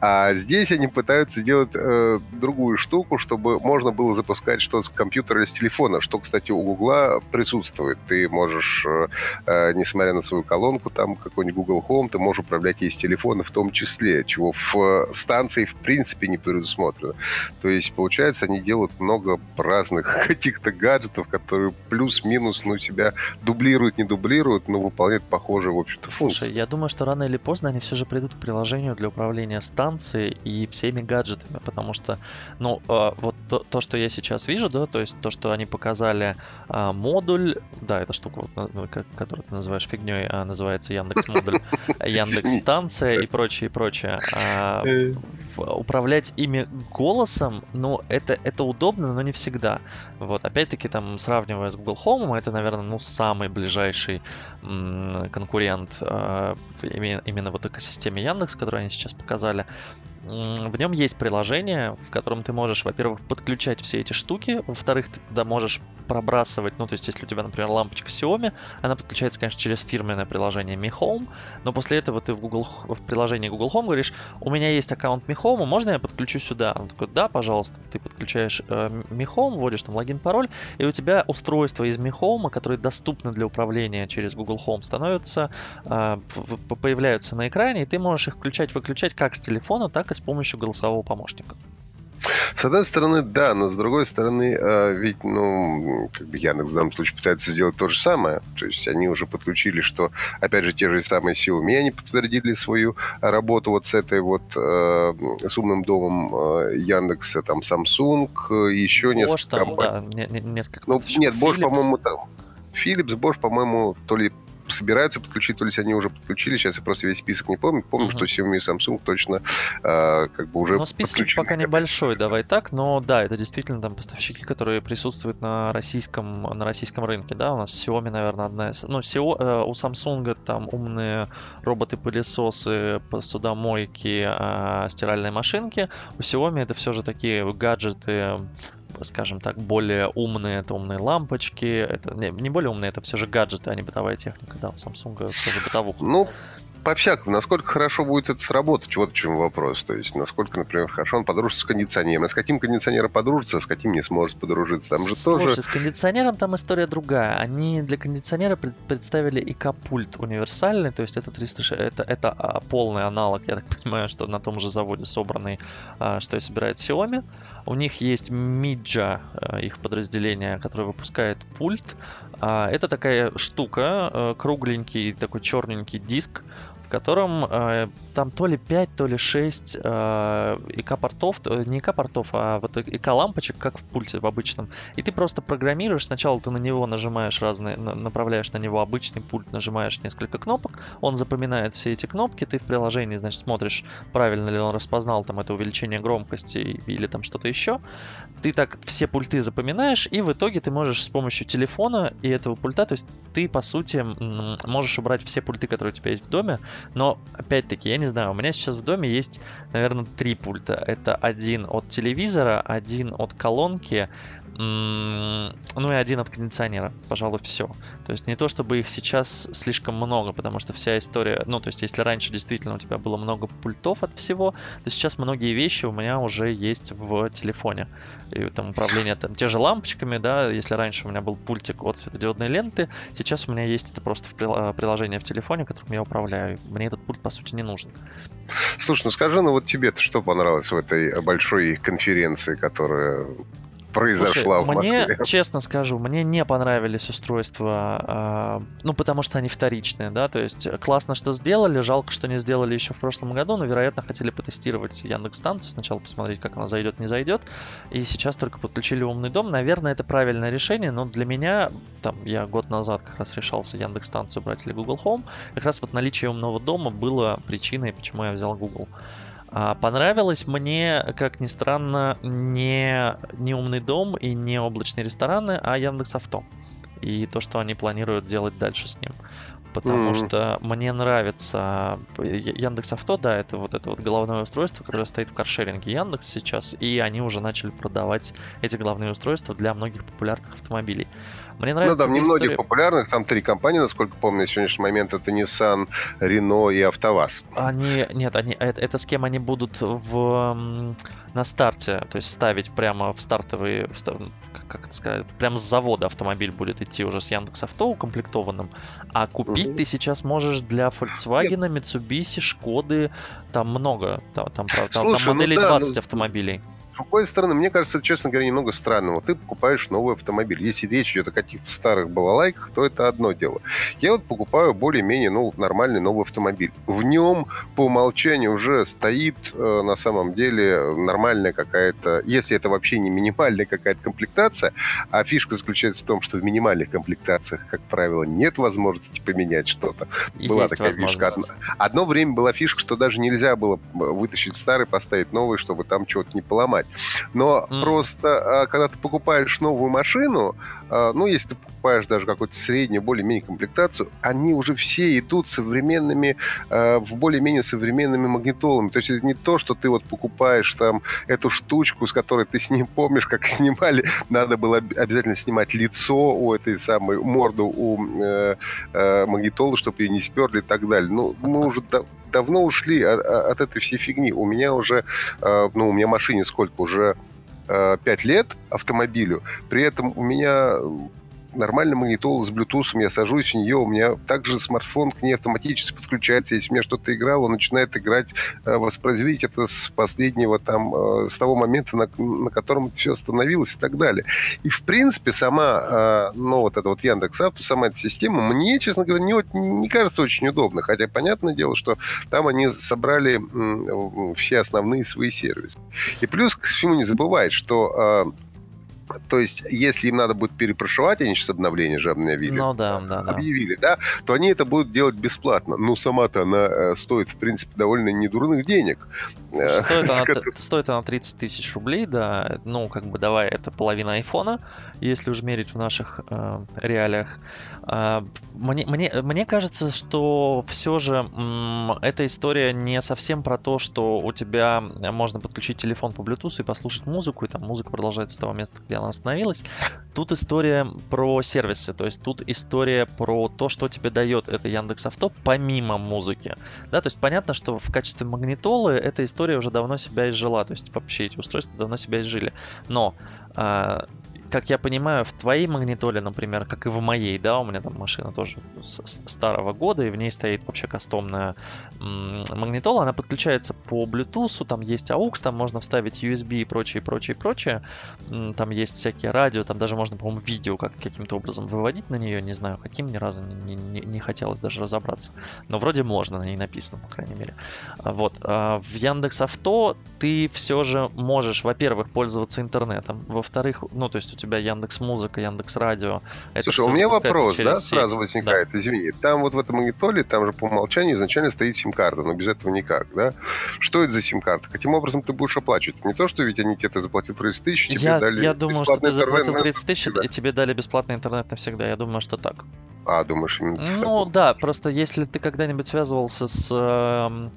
А здесь они пытаются делать э, другую штуку, чтобы можно было запускать что-то с компьютера или с телефона, что, кстати, у Гугла присутствует. Ты можешь, э, э, несмотря на свою колонку, там какой-нибудь Google Home, ты можешь управлять ей с телефона в том числе, чего в э, станции в принципе не предусмотрено. То есть, получается, они делают много разных [laughs] каких-то гаджетов, которые плюс-минус ну, себя дублируют, не дублируют, но выполняют похожие, в общем-то,
Слушай,
функции.
я думаю, что рано или поздно они все же придут к приложению для управления станцией и всеми гаджетами, потому что, ну, э, вот то, то, что я сейчас вижу, да, то есть то, что они показали а, модуль, да, эта штука, вот, на- на- ко- которую ты называешь фигней, а, называется Яндекс модуль, Яндекс станция и прочее, и прочее. А,
Э,
в- управлять ими голосом, ну, это, это удобно, но не всегда. Вот, опять-таки, там, сравнивая с Google Home, это, наверное, ну, самый ближайший м, конкурент а, в- име- именно вот экосистеме Яндекс, которую они сейчас показали. М, В нем есть приложение, в котором ты можешь, во-первых, подключать все эти штуки, во-вторых, ты туда можешь пробрасывать, ну, то есть, если у тебя, например, лампочка Xiaomi, она подключается, конечно, через фирменное приложение Mi Home, но после этого ты в, Google, Х- в приложении Google Home говоришь, у меня есть аккаунт Mi Home, можно я подключу сюда? Он такой, да, пожалуйста. Ты подключаешь э, Mi Home, вводишь там логин, пароль, и у тебя устройство из Mi Home, которое доступно для управления через Google Home, становится, э, в- в- появляются на экране, и ты можешь их включать-выключать как с телефона, так и с помощью голосового помощника.
С одной стороны, да, но с другой стороны, э, ведь, ну, как бы Яндекс в данном случае пытается сделать то же самое. То есть они уже подключили, что, опять же, те же самые Xiaomi, они подтвердили свою работу вот с этой вот, э, с умным домом э, Яндекса, там, Samsung, э, еще
Bosch
несколько
там,
компаний.
да, не- не- несколько
Ну,
поставщиков.
нет, Bosch,
Philips.
по-моему, там. Philips, Bosch, по-моему, то ли собираются подключить, то ли они уже подключили. Сейчас я просто весь список не помню. Помню,
Мгм.
что Xiaomi и Samsung точно э, как бы уже
Но Ну, списочек
подключили.
пока небольшой, давай так, но да, это действительно там поставщики, которые присутствуют на российском, на российском рынке, да, у нас Xiaomi, наверное, одна из, ну, Сио- э, у Samsung там умные роботы-пылесосы, посудомойки, а, стиральные машинки, у Xiaomi это все же такие гаджеты, скажем так, более умные, это умные лампочки, это не, не более умные, это все же гаджеты, а не бытовая техника, да, у Samsung все же бытовуха.
Ну, по-всякому. Насколько хорошо будет это работать, вот в чем вопрос. То есть, насколько, например, хорошо он подружится с кондиционером. А с каким кондиционером подружится, а с каким не сможет подружиться. Там же
Слушай,
тоже...
с кондиционером там история другая. Они для кондиционера пред- представили ИК-пульт универсальный, то есть это 306, это, это а, полный аналог, я так [laughs] понимаю, что на том же заводе собранный, а, что и собирает Xiaomi. У них есть Midja, а, их подразделение, которое выпускает пульт. А, Это такая штука, э, кругленький такой черненький диск, в котором э, там то ли 5, то ли 6 ИК-портов, э, не ИК-портов, а вот ИК-лампочек, как в пульте в обычном. И ты просто программируешь, сначала ты на него нажимаешь разные, на- направляешь на него обычный пульт, нажимаешь несколько кнопок, он запоминает все эти кнопки, ты в приложении, значит, смотришь, правильно ли он распознал там это увеличение громкости и- или там что-то еще. Ты так все пульты запоминаешь, и в итоге ты можешь с помощью телефона и этого пульта, то есть ты, по сути, м, можешь убрать все пульты, которые у тебя есть в доме, но, опять-таки, я не знаю, у меня сейчас в доме есть, наверное, три пульта. Это один от телевизора, один от колонки, М, Ну и один от кондиционера, пожалуй, все. То есть не то, чтобы их сейчас слишком много, потому что вся история, ну то есть если раньше действительно у тебя было много пультов от всего, то сейчас многие вещи у меня уже есть в телефоне. И там управление там, те же лампочками, да, если раньше у меня был пультик от светодиодной ленты, сейчас у меня есть это просто в прила- приложение в телефоне, которым я управляю. Мне этот пульт по сути не нужен.
Слушай, ну скажи, ну вот тебе-то что понравилось в этой большой конференции, которая произошла
Слушай,
в Москве? [laughs] Ну,
Мне, честно скажу, мне не понравились устройства, а, ну, потому что они вторичные, да, то есть э, классно, что сделали, жалко, что не сделали еще в прошлом году, но, вероятно, хотели потестировать Яндекс-станцию, сначала посмотреть, как она зайдет, не зайдет, и сейчас только подключили умный дом. Наверное, это правильное решение, но для меня, там, я год назад как раз решался Яндекс-станцию брать или Google Home, как раз вот наличие умного дома было причиной, почему я взял Google. А, понравилось мне, как ни странно, не, не умный дом и не облачные рестораны, а Яндекс.Авто. И то, что они планируют делать дальше с ним. потому mm-hmm. что мне нравится Яндекс Авто, да, это вот это вот головное устройство, которое стоит в каршеринге Яндекс сейчас, и они уже начали продавать эти головные устройства для многих популярных автомобилей. Мне нравится.
Ну да, немногих история... популярных, там три компании, насколько помню, на сегодняшний момент это Nissan, Renault и АвтоВАЗ.
Они, нет, они, это, это с кем они будут в на старте, то есть ставить прямо в стартовые, в, как это сказать, прямо с завода автомобиль будет идти уже с Яндекс Авто укомплектованным, а купить mm-hmm. ты сейчас можешь для Volkswagen, Mitsubishi, Шкоды, там много, там, там, Слушай, там ну моделей да, 20 ну... автомобилей
с другой стороны, мне кажется, честно говоря, немного странно. Вот ты покупаешь новый автомобиль. Если речь идет о каких-то старых балалайках, то это одно дело. Я вот покупаю более-менее ну, нормальный новый автомобиль. В нем по умолчанию уже стоит э, на самом деле нормальная какая-то, если это вообще не минимальная какая-то комплектация, а фишка заключается в том, что в минимальных комплектациях, как правила, нет возможности поменять что-то.
Была Есть такая фишка. Одно,
одно время была фишка, что даже нельзя было э, вытащить старый, поставить новый, чтобы там чего-то не поломать. Но mm. просто, когда ты покупаешь новую машину, ну, если ты покупаешь даже какую-то среднюю, более-менее комплектацию, они уже все идут современными, а, в более-менее современными магнитолами. То есть это не то, что ты вот покупаешь там эту штучку, с которой ты с ним помнишь, как [laughs] снимали. Надо было обязательно снимать лицо у этой самой, морду у э, э, магнитола, чтобы ее не сперли и так далее. Ну, мы уже давно ушли от, от этой всей фигни. У меня уже, ну, у меня машине сколько? Уже 5 лет автомобилю. При этом у меня нормальный магнитола с Bluetooth, я сажусь в нее, у меня также смартфон к ней автоматически подключается. Если у меня что-то играло, он начинает играть, э, воспроизводить это с последнего там, э, с того момента, на, на котором это все остановилось и так далее. И, в принципе, сама, ну, вот эта вот Яндекс Авто, сама эта система, мне, честно говоря, не, не кажется очень удобно. Хотя, понятное дело, что там они собрали все основные свои сервисы. И плюс к всему не забывай, что э, то есть, если им надо будет перепрошивать, они сейчас обновление же обновили.
Ну да, да, да.
Объявили, да, то они это будут делать бесплатно. Ну, сама-то она стоит, в принципе, довольно недурных денег. Э,
Стоит она, стоит она 30 тысяч рублей, да. Ну, как бы давай, это половина айфона, если уж мерить в наших э, реалиях. Э, мне, мне, мне кажется, что все же э, эта история не совсем про то, что у тебя можно подключить телефон по Bluetooth и послушать музыку, и там музыка продолжается с того места, где она остановилась. Тут история про сервисы, то есть тут история про то, что тебе дает это Яндекс Авто помимо музыки. Да, то есть понятно, что в качестве магнитолы эта история уже давно себя изжила, то есть вообще эти устройства давно себя изжили. Но э, как я понимаю, в твоей магнитоле, например, как и в моей, да, у меня там машина тоже старого года, и в ней стоит вообще кастомная магнитола, она подключается по Bluetooth, там есть AUX, там можно вставить USB и прочее, прочее, прочее, там есть всякие радио, там даже можно, по-моему, видео как, каким-то образом выводить на нее, не знаю, каким, ни разу не, не, не хотелось даже разобраться, но вроде можно, на ней написано, по крайней мере. А Вот, в Яндекс Авто ты все же можешь, во-первых, пользоваться интернетом, во-вторых, ну, то есть у тебя Яндекс Музыка, Яндекс Радио.
Это Слушай, у меня вопрос, да, сеть. сразу возникает, да. извини. Там вот в этом магнитоле, там же по умолчанию изначально стоит сим-карта, но без этого никак, да? Что это за сим-карта? Каким образом ты будешь оплачивать? Не то, что ведь они тебе заплатил 30 тысяч, тебе
я,
дали
Я думаю, что ты заплатил 30 тысяч, и тебе дали бесплатный интернет навсегда. Я думаю, что так.
А, думаешь, именно
Ну так? да, просто если ты когда-нибудь связывался с эм,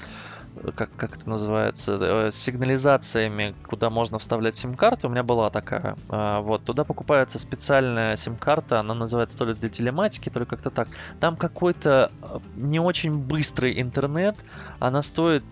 э, как, как это называется, э, с сигнализациями, куда можно вставлять сим-карту. У меня была такая. э, Вот, туда покупается специальная сим-карта, она называется то ли для телематики, то ли как-то так. Там какой-то э, не очень быстрый интернет, она стоит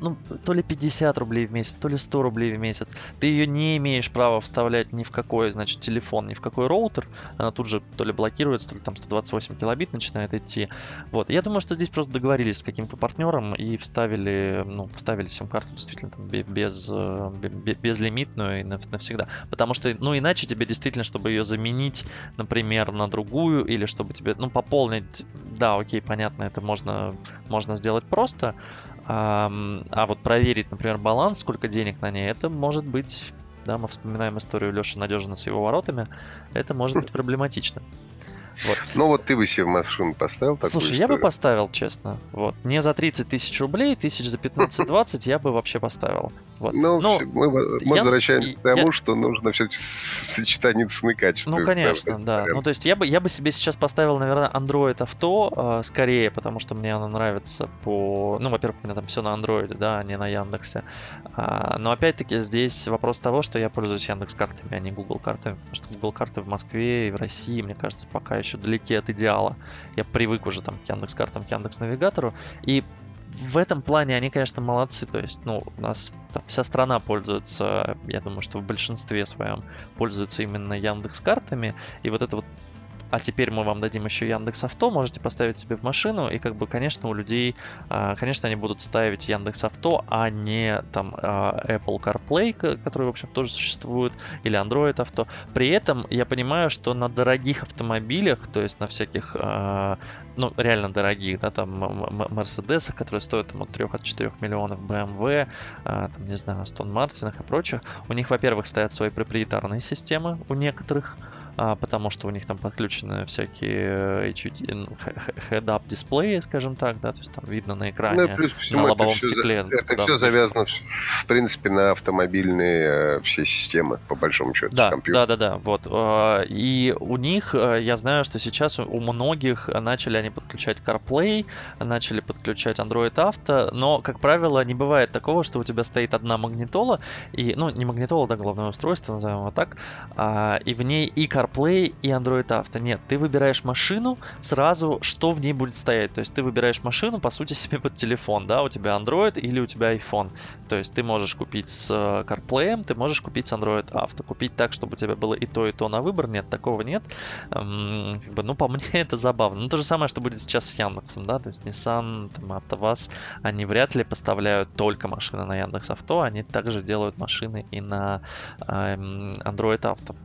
ну, то ли 50 рублей в месяц, то ли 100 рублей в месяц. Ты ее не имеешь права вставлять ни в какой, значит, телефон, ни в какой роутер. Она тут же то ли блокируется, то ли там 128 килобит начинает идти. Вот. Я думаю, что здесь просто договорились с каким-то партнером и вставили, ну, вставили сим-карту действительно там без, без, безлимитную и навсегда. Потому что, ну, иначе тебе действительно, чтобы ее заменить, например, на другую, или чтобы тебе, ну, пополнить, да, окей, понятно, это можно, можно сделать просто, а вот проверить, например, баланс, сколько денег на ней, это может быть, да, мы вспоминаем историю Леши Надежина с его воротами, это может быть проблематично. Вот.
Ну вот ты бы себе машину поставил такую
Слушай, я бы поставил, честно. Вот. Не за 30 тысяч рублей, тысяч за 15-20 я бы вообще поставил. Вот.
Ну,
Но-
всё, мы, мы
я-
возвращаемся
я-
к тому, что нужно все-таки сочетание цены и качества.
Ну, конечно, да.
прям.
Ну, то есть я бы, я бы себе сейчас поставил, наверное, Android авто э, скорее, потому что мне оно нравится по... Ну, во-первых, у меня там все на Android, да, а не на Яндексе. А, но опять-таки здесь вопрос того, что я пользуюсь Яндекс картами, а не Google картами, потому что Google карты в Москве и в России, мне кажется, пока еще далеки от идеала. Я привык уже там к Яндекс картам, к Яндекс навигатору. И в этом плане они, конечно, молодцы. То есть, ну, у нас там вся страна пользуется, я думаю, что в большинстве своем пользуются именно Яндекс картами. И вот это вот а теперь мы вам дадим еще Яндекс Авто, можете поставить себе в машину, и как бы, конечно, у людей, а, конечно, они будут ставить Яндекс Авто, а не там а, Apple CarPlay, ко- который, в общем, тоже существует, или Android Авто. При этом я понимаю, что на дорогих автомобилях, то есть на всяких, а, ну, реально дорогих, да, там м- м- Мерседесах, которые стоят там, от 3 от 4 миллионов, BMW, а, там, не знаю, Aston Мартинах и прочих, у них, во-первых, стоят свои проприетарные системы у некоторых, а, потому что у них там подключены всякие э, HUD, ну, х- х- head-up дисплеи, скажем так, да, то есть там видно на
Ну,
экране,
и плюс ко всему
на
это
лобовом
всё за-
стекле.
Это
куда
все
он движется.
завязано, в в принципе, на автомобильные э, все системы, по большому счету,
Да,
компьютер.
да, да, да, вот. э, И у них, э, я знаю, что сейчас у- у многих начали они подключать CarPlay, начали подключать Android Auto, но, как правило, не бывает такого, что у тебя стоит одна магнитола, и, ну, не магнитола, да, главное устройство, назовем его так, а, и в ней и CarPlay, и Android Auto. Нет, ты выбираешь машину, сразу что в ней будет стоять. То есть ты выбираешь машину, по сути, [laughs] себе под телефон, да, у тебя Android или у тебя iPhone. То есть ты можешь купить с э, CarPlay, ты можешь купить с Android Auto. Купить так, чтобы у тебя было и то, и то на выбор. Нет, такого нет. Эм, как бы, ну, по [laughs] мне, это забавно. Ну, то же самое, что будет сейчас с Яндексом, да, то есть Nissan, там, АвтоВАЗ, они вряд ли поставляют только машины на Яндекс Авто, они также делают машины и на эм, Android Auto.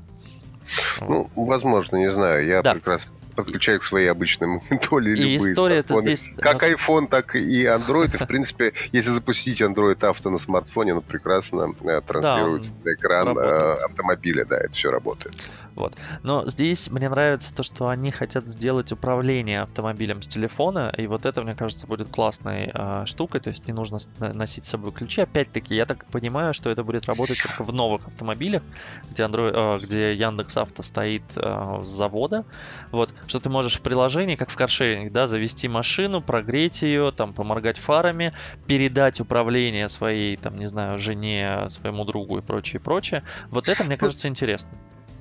Ну, возможно, не знаю, я
Да.
прекрасно подключаю к своей обычной магнитоле
И
любые
история-то
смартфоны.
здесь на
Как
с-
iPhone, так и Android. И, в принципе, если запустить Android авто на смартфоне, оно прекрасно э, транслируется
он
на экран э,
работает.
автомобиля. Да, это все работает.
Но здесь мне нравится то, что они хотят сделать управление автомобилем с телефона, и вот это, мне кажется, будет классной а, штукой, то есть не нужно с- на- носить с собой ключи. Опять-таки, я так понимаю, что это будет работать только в новых автомобилях, где, Android, а, где Яндекс Авто стоит а, с завода, вот, что ты можешь в приложении, как в каршеринге, да, завести машину, прогреть ее, там, поморгать фарами, передать управление своей, там, не знаю, жене, своему другу и прочее, прочее. Вот это, мне кажется, интересно.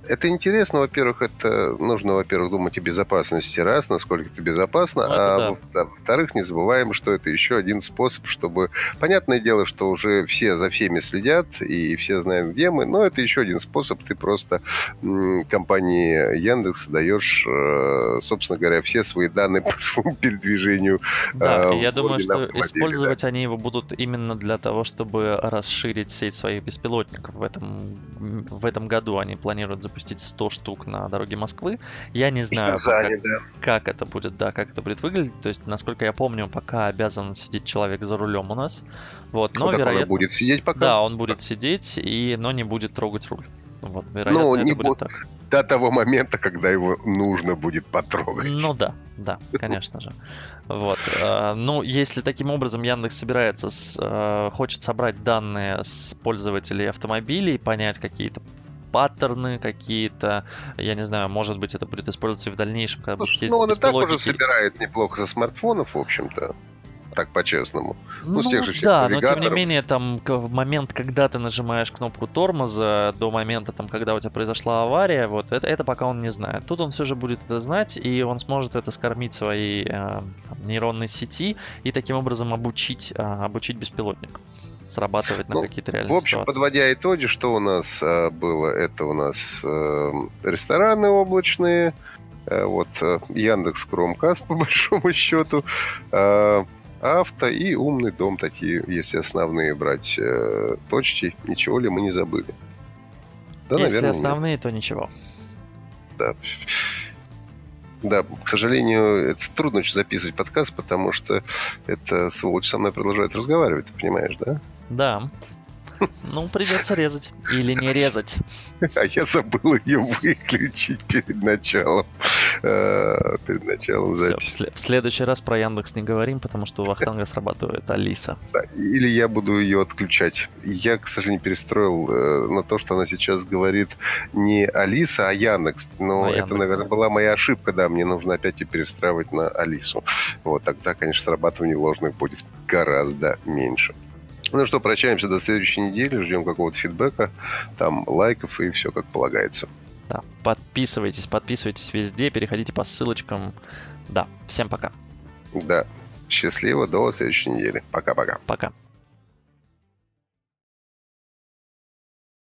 Это интересно, во-первых, это нужно, во-первых, думать о безопасности раз, насколько это безопасно,
Ну, это
а
да.
во- да, во-вторых, не забываем, что это еще один способ, чтобы... Понятное дело, что уже все за всеми следят, и все знают, где мы, но это еще один способ, ты просто м, компании Яндекс даешь, э, собственно говоря, все свои данные по [laughs] своему передвижению.
Да,
а,
и я
в
думаю,
ходе на
что
автомобиле,
использовать они его будут именно для того, чтобы расширить сеть своих беспилотников. В этом, в этом году они планируют запустить 100 штук на дороге Москвы. Я не знаю, пока,
Казани, да.
как это будет, да, как это будет выглядеть. То есть, насколько я помню, пока обязан сидеть человек за рулем у нас. Вот, но
Вот Ну, так он и
вероятно...
будет сидеть пока.
Да, он будет сидеть, и, но не будет трогать руль. Вот, вероятно, это
Ну, не
будет
бу-
так.
До того момента, когда его нужно будет потрогать.
Ну да, да, конечно же. Вот. э, Ну, если таким образом Яндекс собирается, с, э, хочет собрать данные с пользователей автомобилей, понять какие-то паттерны какие-то, я не знаю, может быть, это будет использоваться и в дальнейшем, когда будут
Слушай,
ездить
ну он и так уже
беспилотники.
собирает неплохо со смартфонов, в общем-то. Так по-честному.
Ну,
с тех же всех
да, но тем не
навигаторов.
менее, там к- в момент, когда ты нажимаешь кнопку тормоза, до момента, там, когда у тебя произошла авария, вот это, это пока он не знает. Тут он все же будет это знать, и он сможет это скормить своей э, там, нейронной сети и таким образом обучить, э, обучить беспилотник срабатывать на
Ну,
какие-то реальные
В общем,
ситуации.
подводя итоги, что у нас э, было, это у нас э, рестораны облачные, э, вот э, Яндекс Chromecast [laughs] по большому счету, э, авто и умный дом такие, если основные брать э, точки, ничего ли мы не забыли? Да,
Если
наверное, нет.
основные, то ничего.
Да. Да, к сожалению, это трудно очень записывать подкаст, потому что это сволочь со мной продолжает разговаривать, ты понимаешь, да?
Да. Ну, придется резать. Или не резать.
А я забыл ее выключить перед началом. э, Перед началом
Всё, в,
записи.
сле- в следующий раз про Яндекс не говорим, потому что у Вахтанга срабатывает Алиса.
Да, Или я буду ее отключать. Я, к сожалению, перестроил э, на то, что она сейчас говорит не Алиса, а Яндекс. Но
Ну,
это,
Яндекс,
наверное,
да.
была моя ошибка, да. Мне нужно опять и перестраивать на Алису. Вот тогда, конечно, срабатывание ложных будет гораздо меньше. Ну что, прощаемся до следующей недели, ждем какого-то фидбэка, там лайков и все как полагается.
Да, подписывайтесь, подписывайтесь везде, переходите по ссылочкам. Да, всем пока.
Да, счастливо, до следующей недели. Пока-пока.
Пока.